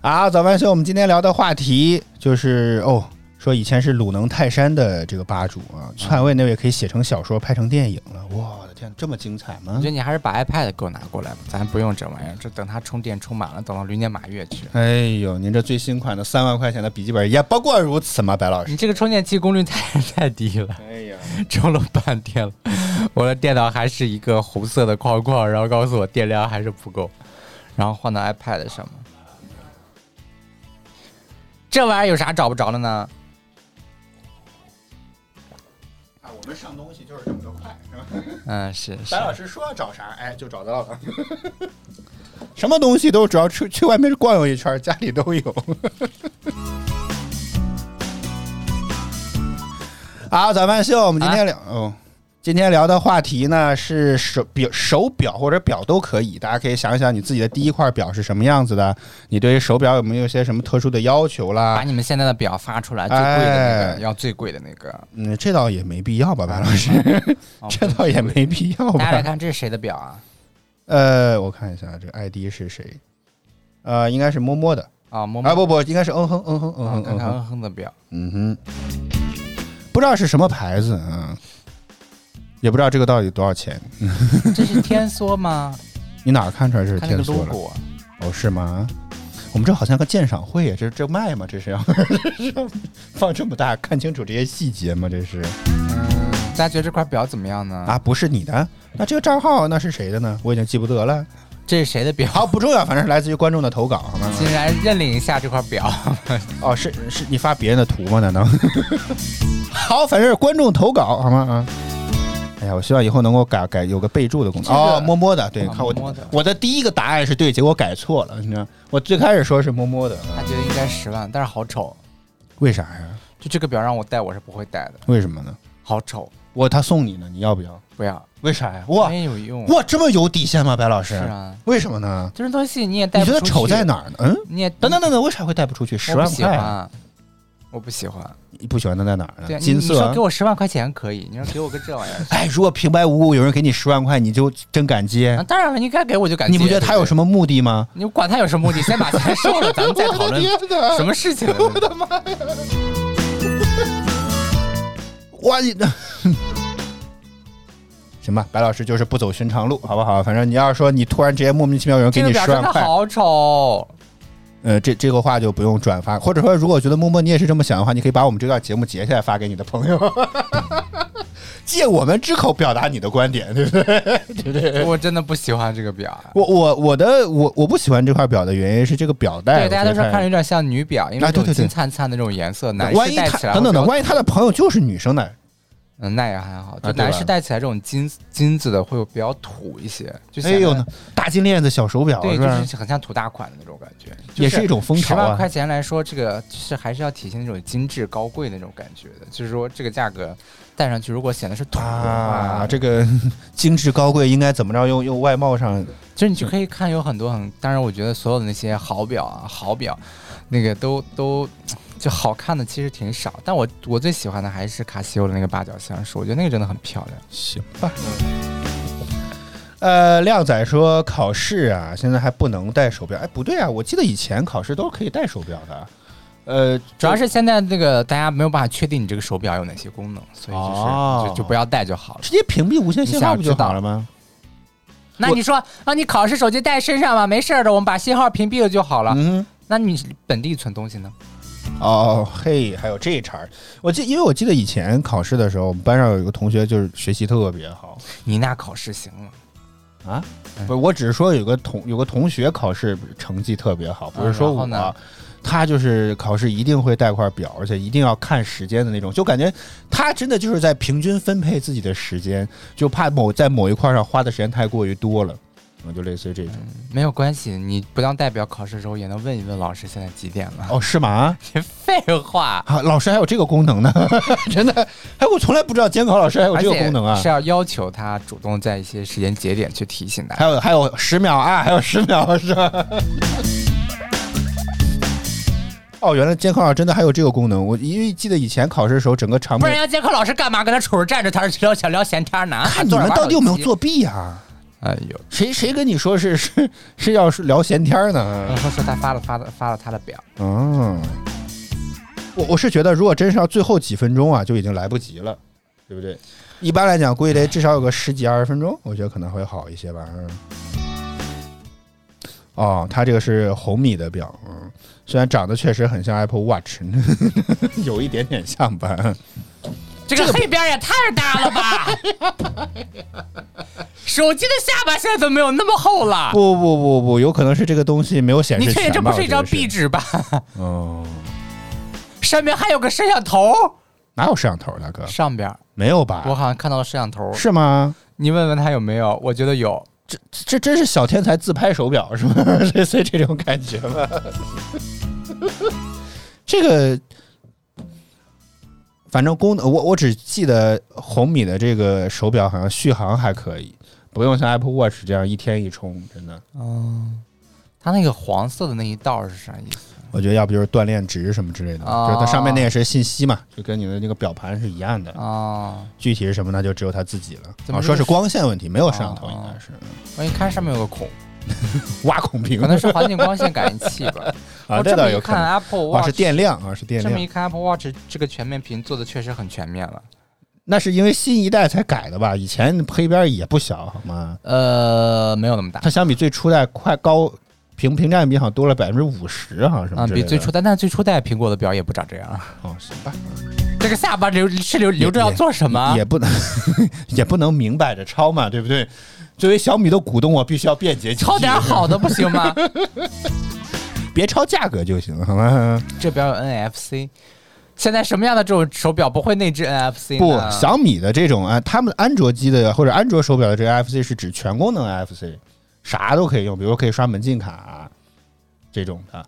啊，早饭秀，我们今天聊的话题就是哦，说以前是鲁能泰山的这个吧主啊，篡位那位可以写成小说，拍成电影了。哇，我的天，这么精彩我吗觉得？你还是把 iPad 给我拿过来吧，咱不用这玩意儿，这等它充电充满了， 等到驴年马月去。哎呦，您这最新款的三万块钱的笔记本也不过如此嘛，白老师你。这个充电器功率太 太低了，哎呀，充了半天了， 我的电脑还是一个红色的框框，然后告诉我电量还是不够，然后换到 iPad 上面。这玩意儿有啥找不着的呢？啊，我们上东西就是这么的快，是吧？嗯，是是白，老师说要找啥，哎，就找到了。 什么东西都只要出去外面逛悠一圈，家里都有。 啊，早饭秀，我们今天聊、哦，今天聊的话题呢是手表、手表或者表都可以，大家可以想一想你自己的第一块表是什么样子的，你对于手表有没有些什么特殊的要求啦把？你们现在的表发出来，最贵的那哎个，要最贵的那个。嗯，这倒也没必要吧，白老师，哦 这倒也没必要吧。大家来看这是谁的表啊？呃，我看一下这个 ID 是谁，呃，应该是摸摸的啊，摸摸啊，不不，应该是嗯哼嗯哼嗯啊哼看嗯看哼，嗯哼的表，嗯哼，不知道是什么牌子啊，也不知道这个到底多少钱，这是天梭吗？你哪儿看出来这是看那个天梭了？ logo，啊哦，是吗？我们这好像个鉴赏会啊呀，这这卖吗？这是要 这是要放这么大，看清楚这些细节吗？这是大家觉得这块表怎么样呢？啊，，不是你的，那这个账号那是谁的呢？我已经记不得了。这是谁的表？ 好，不重要，反正是来自于观众的投稿，好吗？进来认领一下这块表。 哦，是是你发别人的图吗？难道？ 好，反正是观众投稿好吗？啊。哎呀，我希望以后能够改改有个备注的功能这个哦，摸摸的，对，啊看我摸摸的我的第一个答案是对，结果改错了，你知道，我最开始说是摸摸的，他觉得应该十万，但是好丑。为啥呀？就这个表让我戴，我是不会戴的，为什么呢？好丑。我他送你呢，你要不要？不要，为啥呀？哇没有用。哇，这么有底线吗，白老师？哎是啊，为什么呢？这种东西你也带你不觉出得去。丑在？哪儿呢？嗯，你也等等等等，为啥会带不出去？十我万不喜块啊，欢，我不喜欢。你不喜欢它在哪儿对，呢？你金你色，说。给我十万块钱可以，你说给我个这玩意儿哎，如果平白无故有人给你十万块，你就真敢接啊，？当然了，你该给我就感谢。你不觉得他有什么？么目的吗？你管他有什么目的，先把钱收了，咱们再 讨论什么事情。我的妈！哇，你 行吧，白老师就是不走寻常路，好不好？反正你要是说你突然直接莫名其妙有人给这你个表十真万的块，好丑。呃，这这个话就不用转发，或者说，如果觉得默默你也是这么想的话，你可以把我们这段节目截下来发给你的朋友， 借我们之口表达你的观点，对不对？ 我真的不喜欢这个表。哎我我我的我我不喜欢这块表的原因是这个表带，对，大家都哎我觉说得看着有点像女表，因为啊这对种对对金灿灿的那种颜色，男万士一戴他起来等等等，会比较万一他的朋友就是女生呢？嗯，那也还好，就对吧男士戴起来这种金金子的会比较土一些，就哎显呦得呢，大金链子、小手表，啊对，是吧就是很像土大款的那种感觉，也是一种风十潮万啊块。钱来说，这个是还是要体现那种精致高贵的那种感觉的，就是说这个价格戴上去，如果显得是土的话，啊，这个 精致高贵应该怎么着？用用外貌上就是你就可以看有很多很，当然我觉得所有的那些好表啊、好表，那个都都就好看的其实挺少，但我我最喜欢的还是卡西欧的那个八角箱式，我觉得那个真的很漂亮。行吧。呃，亮仔说考试啊，现在还不能戴手表。哎，不对啊，我记得以前考试都是可以戴手表的。呃，主要是现在那个大家没有办法确定你这个手表有哪些功能，所以就是、哦就就不要戴就好了。直接屏蔽无线信号不就好了吗？那你说，那你考试手机带身上吧，没事儿的，我们把信号屏蔽了就好了。嗯，那你本地存东西呢？哦嘿，还有这一茬儿。我记，因为我记得以前考试的时候，我们班上有一个同学就是学习特别好，你那考试行了，不是，我只是说有个同有个同学考试成绩特别好，不是说啊然我，后呢他就是考试一定会带块表，而且一定要看时间的那种，就感觉他真的就是在平均分配自己的时间，就怕某在某一块上花的时间太过于多了，嗯，就类似于这种。没有关系，你不当代表考试的时候也能问一问老师现在几点了。哦，是吗？ 废话，啊，老师还有这个功能呢， 真的，哎，我从来不知道监考老师还有这个功能而啊且是。要要求他主动在一些时间节点去提醒大还家。有还有十秒啊， 还有十秒是吧？哦，原来监考老师真的还有这个功能，我因为记得以前考试的时候，整个场不面啊然，要监考老师干嘛跟他杵着站着，他聊想聊闲天呢？看还你坐着们玩到底有没有手机？作弊啊？哎呦，谁谁跟你说是是是要是聊闲天儿呢然？后说他发了发了发了他的表，嗯，我我是觉得，如果真是要最后几分钟啊，就已经来不及了，对不对？一般来讲，估计得至少有个十几二十分钟，我觉得可能会好一些吧。嗯。哦，它这个是红米的表，嗯，虽然长得确实很像 Apple Watch，有一点点像吧。这个哎黑边儿也太大 了吧！手机的下巴现在都没有那么厚了，不不不不，有可能是这个东西没有显你示确全定这吧不是一张壁？纸吧？我觉得哦，上面还有个摄像头，哪有摄像头，大哥？上边儿没有吧？我好像看到了摄像头，是吗？你问问他有没有？我觉得有。这真是小天才自拍手表是吗？ 类似于这种感觉吧。 这个，反正功能我我只记得红米的这个手表好像续航还可以，不用像 Apple Watch 这样一天一充，真的。他那个黄色的那一道是啥意思？我觉得要不就是锻炼值什么之类的，哦就是它上面那也是信息嘛，就跟你的那个表盘是一样的。哦，具体是什么，那就只有他自己了。怎么哦这说个是光线问题，没有摄像头，哦应该是我一看上面有个孔，挖孔屏可能是环境光线感应器吧。 啊，我这这倒么有一可能看。Apple 啊， Watch，是电量啊，是电这么一量。看 Apple Watch 这个全面屏做的确实很全面了。那是因为新一代才改的吧？以前黑边也不小，好吗？呃，没有那么大它相比最初代快高屏屏占比好像多了百分之五十，好像什么啊，之类比的最初代，但最初代苹果的表也不长这样。啊哦，行吧，这个下巴留是留留着要做什么啊也？不能 也不能明摆着抄嘛，对不对？作为小米的股东，我必须要辩解几句，抄点好的不行 吗？别抄价格就行，好吗？这表有 NFC，现在什么样的这种手表不会内置 NFC 不呢，小米的这种啊，他们安卓机的或者安卓手表的这个 NFC 是指全功能啊 NFC，啥都可以用，比如可以刷门禁卡、这种的。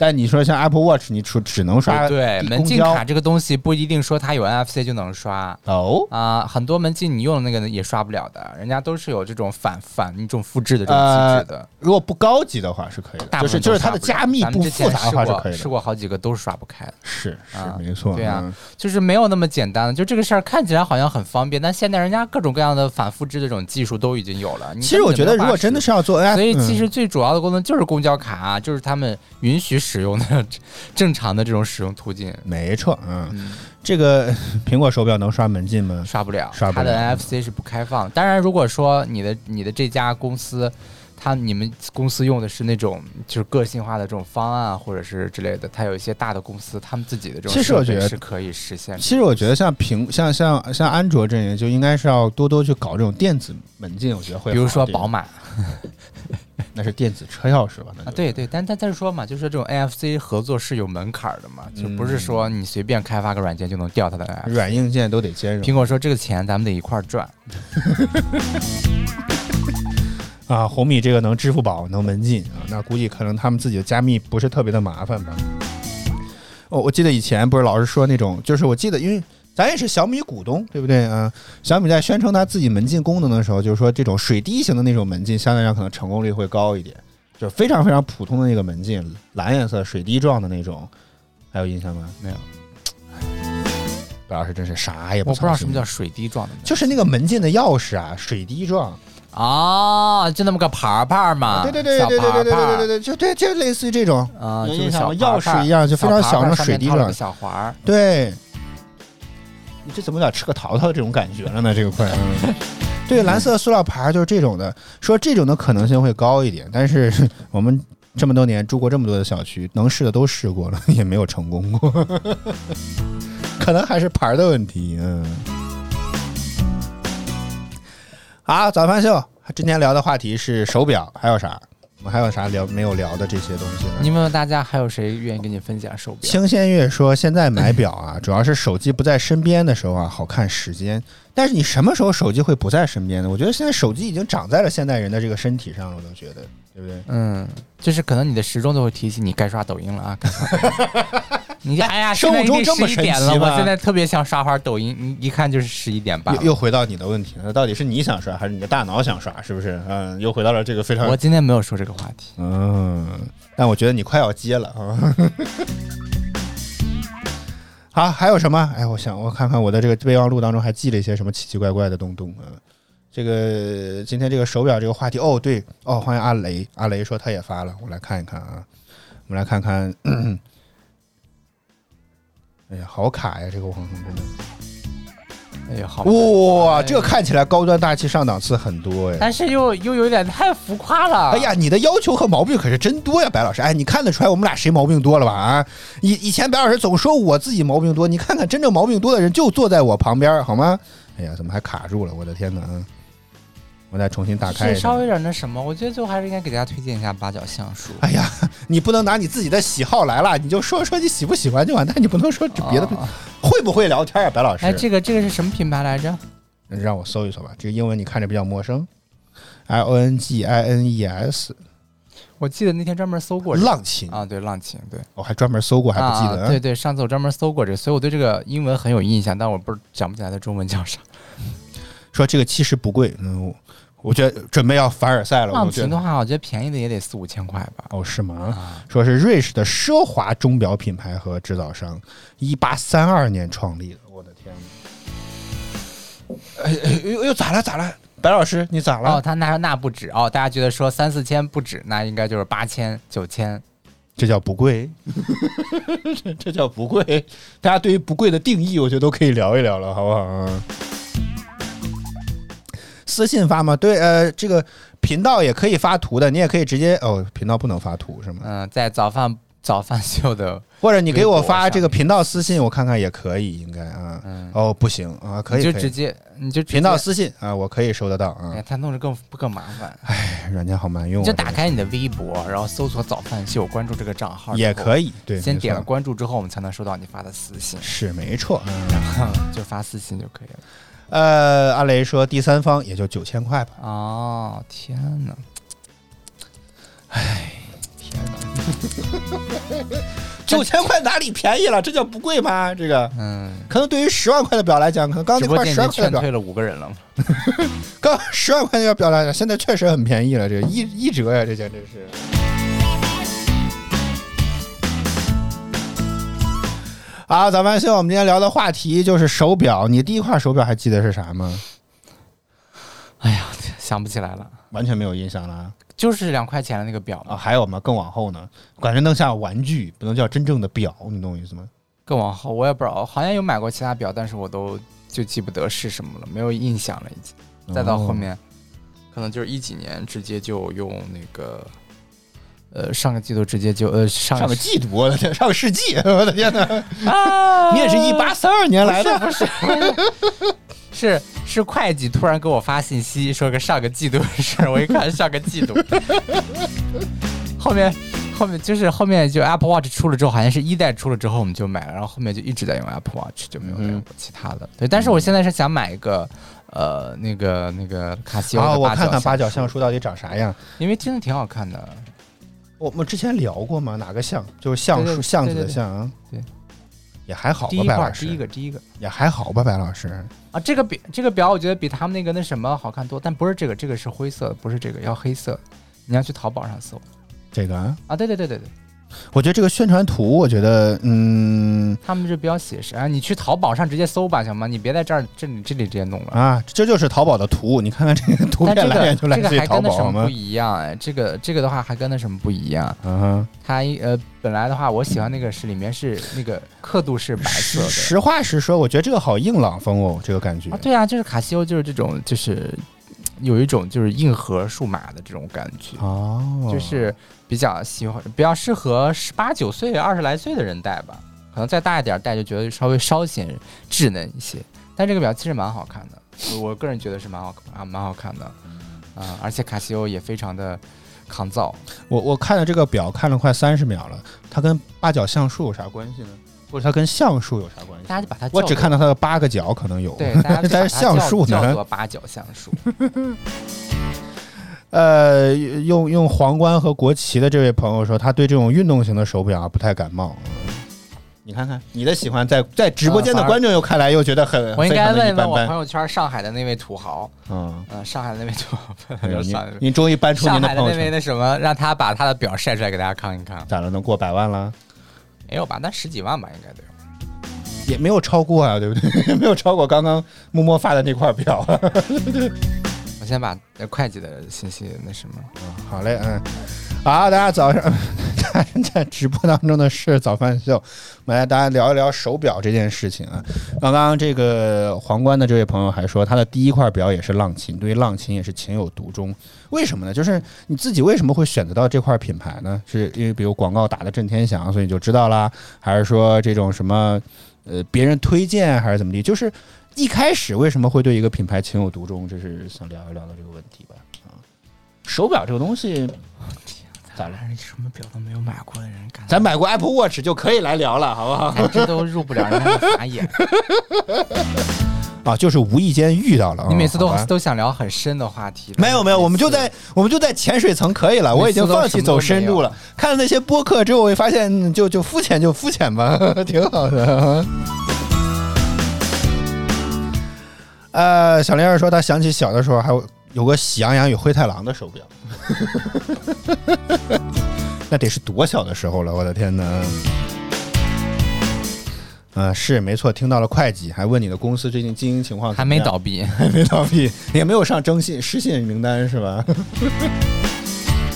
但你说像 Apple Watch，你只只能刷对，公门禁交卡这个东西不一定说它有 NFC 就能刷。哦，啊、很多门禁你用的那个也刷不了的，人家都是有这种反反一种复制的这种机呃制的，，如果不高级的话是可以的，大就部是分就都是它刷的不了加密咱们不之前复试杂的话是过可以试的，过好几个都是刷不开的。是是啊没错，对呀、嗯就是没有那么简单的。就这个事儿看起来好像很方便，但现在人家各种各样的反复制这种技术都已经有了。你其实根本我就觉没有得，如办果法真的使是要做 AI，所以嗯其实最主要的功能就是公交卡、啊就是他们允许使用的 正常的这种使用途径，没错，嗯，这个苹果手表能刷门禁吗？刷不了，刷不它的了 NFC 是不开放。当然，如果说你的你的这家公司，它你们公司用的是那种就是个性化的这种方案或者是之类的，它有一些大的公司他们自己的这种其实我设备觉得是可以实现的。其实我觉得像苹像像像安卓阵营就应该是要多多去搞这种电子门禁，我觉得会好一点。比如说宝马啊，那是电子车钥匙吧？那就对对，但他在说嘛，就是说这种 NFC 合作是有门槛儿的嘛，就不是说你随便开发个软件就能调它的 NFC。软硬件都得兼苹容果说这个钱咱们得一块儿赚，啊。红米这个能支付宝能门禁啊，那估计可能他们自己的加密不是特别的麻烦吧。哦我、我记得以前不是老是说那种，就是我记得因为。咱也是小米股东，对不对啊？小米在宣称它自己门禁功能的时候，就是说这种水滴型的那种门禁，相对来讲可能成功率会高一点，就是非常非常普通的那个门禁，蓝颜色水滴状的那种，还有哎印象吗？没有，白老师真是啥也我不知道操什心么叫水滴状的门就是那个门禁的钥匙啊，水滴状。哦，就那么个牌牌嘛，对对对小对对对对牌对牌对对，就对就类似于这种。啊，有就印是象小吗牌钥匙牌一样就非牌常小牌那种上水面滴套了状个小环儿。对，你这怎么有点吃个桃桃这种感觉了呢？这个快。嗯 对，蓝色塑料牌儿就是这种的，说这种的可能性会高一点，但是 我们这么多年住过这么多的小区，能试的都试过了，也没有成功过， 可能还是牌儿的问题。嗯。好，早饭秀，今天聊的话题是手表，还有啥？我们还有啥聊没有聊的这些东西呢？你问问大家还有谁愿意跟你分享手表？清仙月说，现在买表啊，主要是手机不在身边的时候啊，好看时间。但是你什么时候手机会不在身边呢？我觉得现在手机已经长在了现代人的这个身体上了，我都觉得，对不对？嗯，就是可能你的时钟都会提醒你该刷抖音了啊。该刷 抖音你哎呀，生物钟这么十一神点奇了，吗我现在特别想刷会儿抖音，你一看就是十一点半又。又回到你的问题了，到底是你想刷还是你的大脑想刷？是不是？嗯，又回到了这个非常我今天没有说这个话题，嗯，但我觉得你快要接了啊。 好，还有什么？哎，我想我看看我的这个备忘录当中还记了一些什么奇奇怪怪的东东啊。这个今天这个手表这个话题，哦对，哦欢迎阿雷，阿雷说他也发了，我来看一看啊，我们来看看， 哎呀，好卡呀，这个网红真的，哎呀好，哇、哎这个看起来高端大气上档次很多哎。但是又又有点太浮夸了。哎，呀，你的要求和毛病可是真多呀，白老师。哎，你看得出来我们俩谁毛病多了吧？啊，以以前白老师总说我自己毛病多，你看看真正毛病多的人就坐在我旁边，好吗？哎呀，怎么还卡住了？我的天哪！啊，我再重新打开是一下稍。微有点那什么，我觉得最后还是应该给大家推荐一下八角橡树。哎呀，你不能拿你自己的喜好来了，你就说说你喜不喜欢就完，但你不能说这别的、啊会不会聊天啊，白老师。哎，这个这个是什么品牌来着？让我搜一搜吧，这个英文你看着比较陌生。I O N G I N E S，我记得那天专门搜过这个浪琴，啊，对，浪琴，对，我还专门搜过，还不记得。啊。对对，上次我专门搜过这个，所以我对这个英文很有印象，但我不是想不起来它中文叫啥。说这个其实不贵，嗯，我我觉得准备要凡尔赛了，浪我觉琴的得。话，我觉得便宜的也得四五千块吧。哦，是吗？说是瑞士的奢华钟表品牌和制造商，一八三二年创立的。我的天哪！哎哎哎呦呦，咋了咋了？白老师，你咋了？哦，他那那不止哦，大家觉得说三四千不止，那应该就是八千、九千。这叫不贵，这 这叫不贵。大家对于不贵的定义，我觉得都可以聊一聊了，好不好啊？私信发吗？对，呃，这个频道也可以发图的，你也可以直接哦，频道不能发图是吗？嗯，在早饭早饭秀的，或者你给我发微博上嗯这个频道私信，我看看也可以，应该啊。哦，不行啊，可以，你就可以直接你就直接频道，私信啊，我可以收得到啊哎呀。，他弄得更更麻烦。哎软件好难用你啊，就打这个开你的微博，然后搜索早饭秀，关注这个账号也可以。以，对，先没错点了关注之后，我们才能收到你发的私信，是没错。嗯就发私信就可以了。呃，阿雷说第三方也就九千块吧。哦，天哪！天哪！九千块哪里便宜了？这叫不贵吗？这个嗯，可能对于十万块的表来讲，可能刚直播刚那块间已十万经劝块的表，退了五个人了。刚十万块那个表来讲，现在确实很便宜了，这个一一折呀，这简直是。好，咱们现在我们今天聊的话题就是手表。你第一块手表还记得是啥吗？哎呀， 想不起来了，完全没有印象了啊就是两块钱的那个表啊！嘛。还有吗？更往后呢？管这能像玩具，不能叫真正的表，你懂我意思吗？更往后我也不知道，好像有买过其他表，但是我都就记不得是什么了，没有印象了已经。再到后面，可能就是一几年直接就用那个，呃，上个季度直接就呃上上个季度，我的天，上个世纪，我的天 哪！啊，你也是一八三二年来的，不是不是是是会计突然给我发信息说个上个季度的事儿，我一看上个季度，后面后面就是后面就 Apple Watch 出了之后，好像是一代出了之后我们就买了，然后后面就一直在用 Apple Watch，就嗯没有再用过其他的。对，但是我现在是想买一个。呃，那个那个卡西欧啊，的我八角看看八角橡橡树，树到底长啥样。因为真的挺好看的。我们之前聊过吗？哪个像？就是橡对树对橡子对的对橡啊。对，也还好第吧，一白块，老第一师个，第一个也还好吧，白老师。啊，这个表这个表我觉得比他们那个那什么好看多，但不是这个，这个是灰色的，不是这个，要黑色的。你要去淘宝上搜。这个啊，啊，对对对对对，我觉得这个宣传图，我觉得，嗯他们这标写是啊，你去淘宝上直接搜吧，行吗？你别在这儿这里这里直接弄了。啊，这就是淘宝的图。你看看这个图但片这来个 源就来这个自于还淘跟那宝啊什好么吗不？一 样哎，这个这个的话还跟那什么不一样？嗯哼，它一呃本来的话我喜欢那个是里面是那个刻度是白色实的实话实说，我觉得这个好硬朗风哦，这个感觉啊，。对啊，就是卡西欧就是这种就是有一种就是硬核数码的这种感觉，哦，就是比较喜欢比较适合十八九岁二十来岁的人戴吧，可能再大一点儿戴就觉得稍微稍显稚嫩一些。但这个表其实蛮好看的，我我个人觉得是蛮好啊蛮好看的，啊、而且卡西欧也非常的抗造，我我看了这个表，看了快三十秒了，它跟八角橡树有啥关系呢？或者它跟橡树有啥关系？大家就把它叫我只做看到它的八个角，可能有。 对，大家就把它但是橡叫树呢叫做八角橡 树，呃，用用皇冠和国旗的这位朋友说，他对这种运动型的手表啊不太感冒。啊你看看你的喜欢在在直播间的观众又看来又觉得很我应非该常的问一一问般我朋般。友圈上海的那位土豪，嗯，嗯、上海的那位土豪，哎上呦您海的您终于搬出您上的海的朋友那位圈，那什么，让他把他的表晒出来给大家看一看，哎咋了？能过百万了？没有吧？但十几万吧，应该得有。也没有超过啊，对不对？也 没有超过刚刚摸摸发的那块表。啊我先把呃会计的信息那什么，好嘞，嗯，好，大家早上， 大家在直播当中的是早饭秀，我们来大家聊一聊手表这件事情啊。刚刚这个皇冠的这位朋友还说，他的第一块表也是浪琴，对于浪琴也是情有独钟。为什么呢？就是你自己为什么会选择到这块品牌呢？是因为比如广告打的震天响，所以你就知道啦，还是说这种什么呃别人推荐还是怎么地？就是一开始为什么会对一个品牌情有独钟？这是想聊一聊的这个问题吧。手表这个东西，咋了？是什么表都没有买过的人， 咱买过 Apple Watch 就可以来聊了，好不好？哎咱这都入不了人家的法 眼。啊，就是无意间遇到了。你每次都啊好吧都想聊很深的话题，没有没有，我们就每次在我们就在浅水层可以了，我已经放弃走深度了。看了那些播客之后，我会发现嗯就就肤浅就肤浅吧， 挺好的啊。呃，小玲儿说，她想起小的时候还有有个《喜羊羊与灰太狼》的手表， 那得是多小的时候了，我的天哪！嗯、是没错，听到了会计，还问你的公司最近经营情况还怎么没样倒 闭，还没倒闭，也没有上征信失信名单是吧？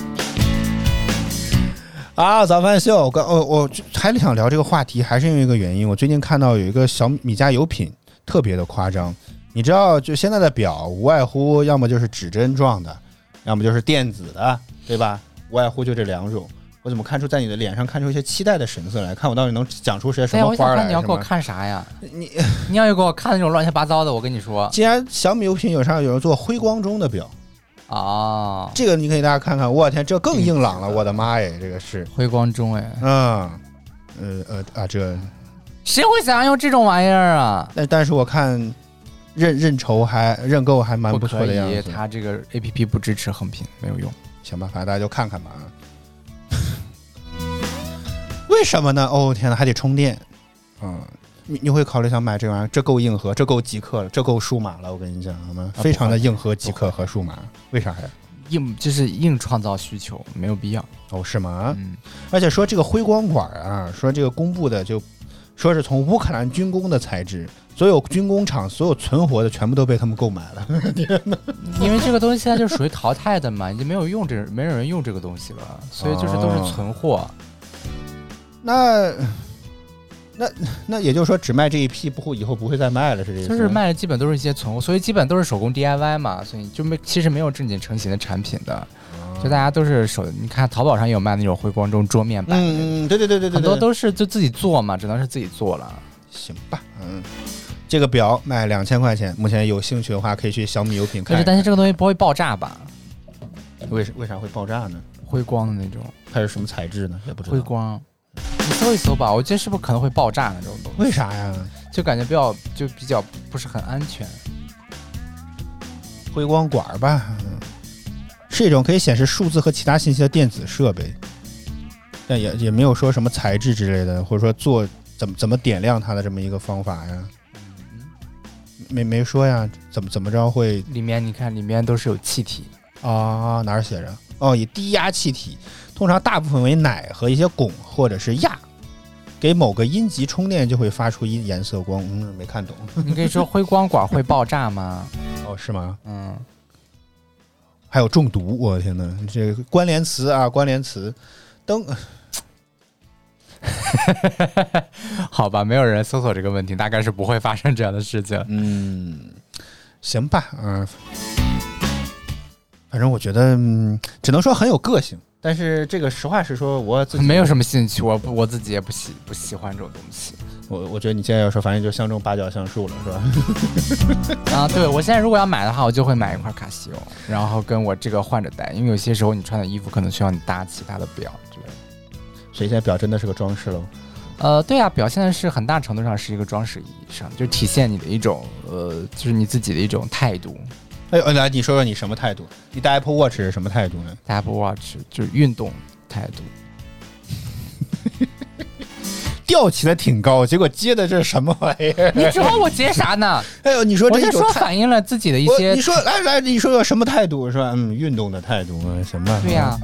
啊，早饭秀，我刚我我还想聊这个话题，还是因为一个原因，我最近看到有一个小米家油品特别的夸张，你知道，就现在的表无外乎要么就是指针状的，要么就是电子的，对吧？无外乎就这两种。我怎么看出在你的脸上看出一些期待的神色来？看我到底能讲出些什哎呀，么我花想儿来？看你要是给我吗看啥呀？ 你你要给我看那种乱七八糟的，我跟你说既然小米油品有上有人做辉光钟的表，啊，这个你可以大家看看，我天，这更硬朗了，嗯我的妈耶，这个是，辉光中哎，嗯，呃呃啊，这，呃谁会想要用这种玩意儿啊？但但是我看认认筹还认购还蛮不错可的样以，子，它这个 A P P 不支持横屏，没有用。行吧，反正大家就看看吧啊。为什么呢？哦天哪，还得充电。嗯，你你会考虑想买这玩意儿？这够硬核，这够极客了，这够数码了。我跟你讲，好吗？啊非常的硬核、不会极客和数码，为啥呀？硬就是硬创造需求，没有必要。哦，是吗？嗯，而且说这个辉光管啊，说这个公布的就说是从乌克兰军工的材质，所有军工厂所有存活的全部都被他们购买了。 因为这个东西现在就属于淘汰的嘛，已经没有用这，没有人用这个东西了，所以就是都哦是存货。那那那也就是说，只卖这一批，不会以后不会再卖了，是这意思就吗？是卖的基本都是一些存货，所以基本都是手工 DIY 嘛，所以就没其实没有正经成型的产品的，哦就大家都是手，你看淘宝上也有卖那种辉光中桌面板，嗯嗯，对对对对对对，很多都是就自己做嘛，只能是自己做了。行吧，嗯。这个表卖两千块钱，目前有兴趣的话可以去小米有品可看是一看。担心这个东西不会爆炸吧？为啥为啥会爆炸呢？辉光的那种它是什么材质呢？也不知道。辉光，你搜一搜吧，我觉得是不是可能会爆炸那种东西，为啥呀？就感觉比较就比较不是很安全。辉光管儿吧，嗯是一种可以显示数字和其他信息的电子设备，但也也没有说什么材质之类的，或者说做怎么怎么点亮它的这么一个方法呀，没没说呀，怎么怎么着会里面你看，里面都是有气体，啊哪儿写着？哦，以低压气体，通常大部分为氖和一些汞或者是氩，给某个阴极充电就会发出阴颜色光。嗯，没看懂。你可以说辉光管会爆炸吗？哦，是吗？嗯，还有中毒，我的天呐，这个关联词啊，关联词，灯 好吧，没有人搜索这个问题，大概是不会发生这样的事情。嗯，行吧，嗯、反正我觉得、嗯只能说很有个性，但是这个实话实说，我自己 没有，什么兴趣，我不我自己也不喜不喜欢这种东西 我我觉得你现在要说，反正就相中八角橡树了， 是吧？啊。对我现在如果要买的话，我就会买一块卡西欧，然后跟我这个换着戴，因为有些时候你穿的衣服可能需要你搭其他的表之类的。所以现在表真的是个装饰喽。呃，对啊，表现的是很大程度上是一个装饰意义上，就体现你的一种呃，就是你自己的一种态度。哎呦，来，你说说你什么态度？你戴 Apple Watch 是什么态度呢？ Apple Watch 就是运动态度，吊起的挺高，结果接的这是什么玩意儿？你指望我接啥呢？ 哎呦，你说我这就一种说态，反映了自己的一我些你说来来，你说说什么态度是吧？嗯，运动的态度，嗯行吧。对呀、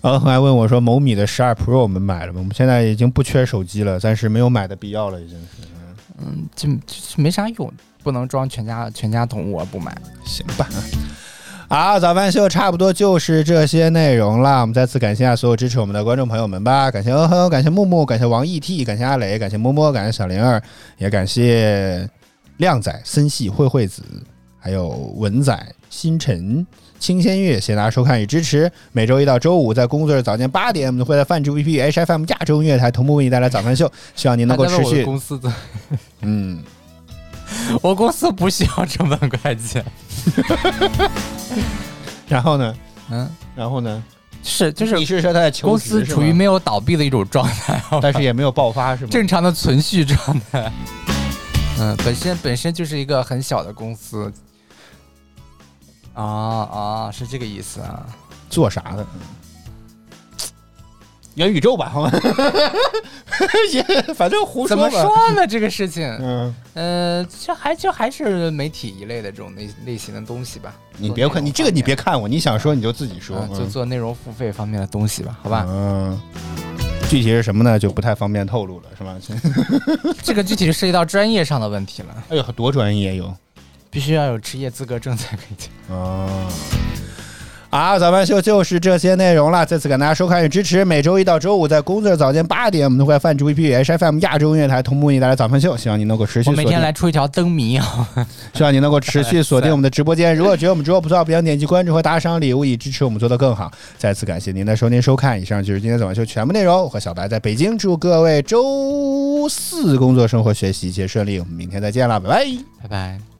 然后后来问我说：“某米的十二 Pro 我们买了吗？我们现在已经不缺手机了，暂时没有买的必要了，已经是。嗯，这这没啥用，不能装全家全家桶，我不买。行吧。”好，早饭秀差不多就是这些内容了。我们再次感谢一下所有支持我们的观众朋友们吧，感谢呵呵，感谢木木，感谢王 ET，感谢阿磊，感谢摸摸，感谢小灵儿，也感谢靓仔、森系、慧慧子，还有文仔、星辰、清仙月，谢谢大家收看与支持。每周一到周五在工作日早间八点，我们会在泛智 VP HFM 亚洲音乐台同步为你带来早饭秀，希望您能够大家持问啊我的续。公司的，嗯，我公司不需要这么多会计。然后呢？嗯，然后呢？是就你是是说他在 求公职司是处于吗没有倒闭的一种状态，好吧但是也没有爆发是吗？正常的存续状态。嗯，本身本身就是一个很小的公司。啊啊，是这个意思啊。做啥的？元宇宙吧，好吗？ 也反正胡怎说么吧。说呢？这个事情，嗯，呃，这还就还是媒体一类的这种类类型的东西吧。你做别内看容你这个，方你面别看我，你想说你就自己说啊，，就嗯做内容付费方面的东西吧，好吧？嗯，具体是什么呢？就不太方便透露了，是吧？ 这个具体是涉及到专业上的问题了，哎呦，多专业哟！必须要有职业资格证才可以进。啊。啊，早饭秀就是这些内容了。再次感谢大家收看与支持。每周一到周五在工作日早间八点，我们都会在泛 GVP HFM 亚洲音乐台同步为你带来早饭秀。希望你能够持续我锁每定，天来出一条灯谜啊！ 希望你能够持续锁定我们的直播间。如果觉得我们直播不错，别忘点击关注和打赏礼物以支持我们做得更好。再次感谢您的收听收看。以上就是今天早饭秀全部内容。我和小白在北京，祝各位周四工作、生活、学习一切顺利。我们明天再见了，拜拜。拜拜。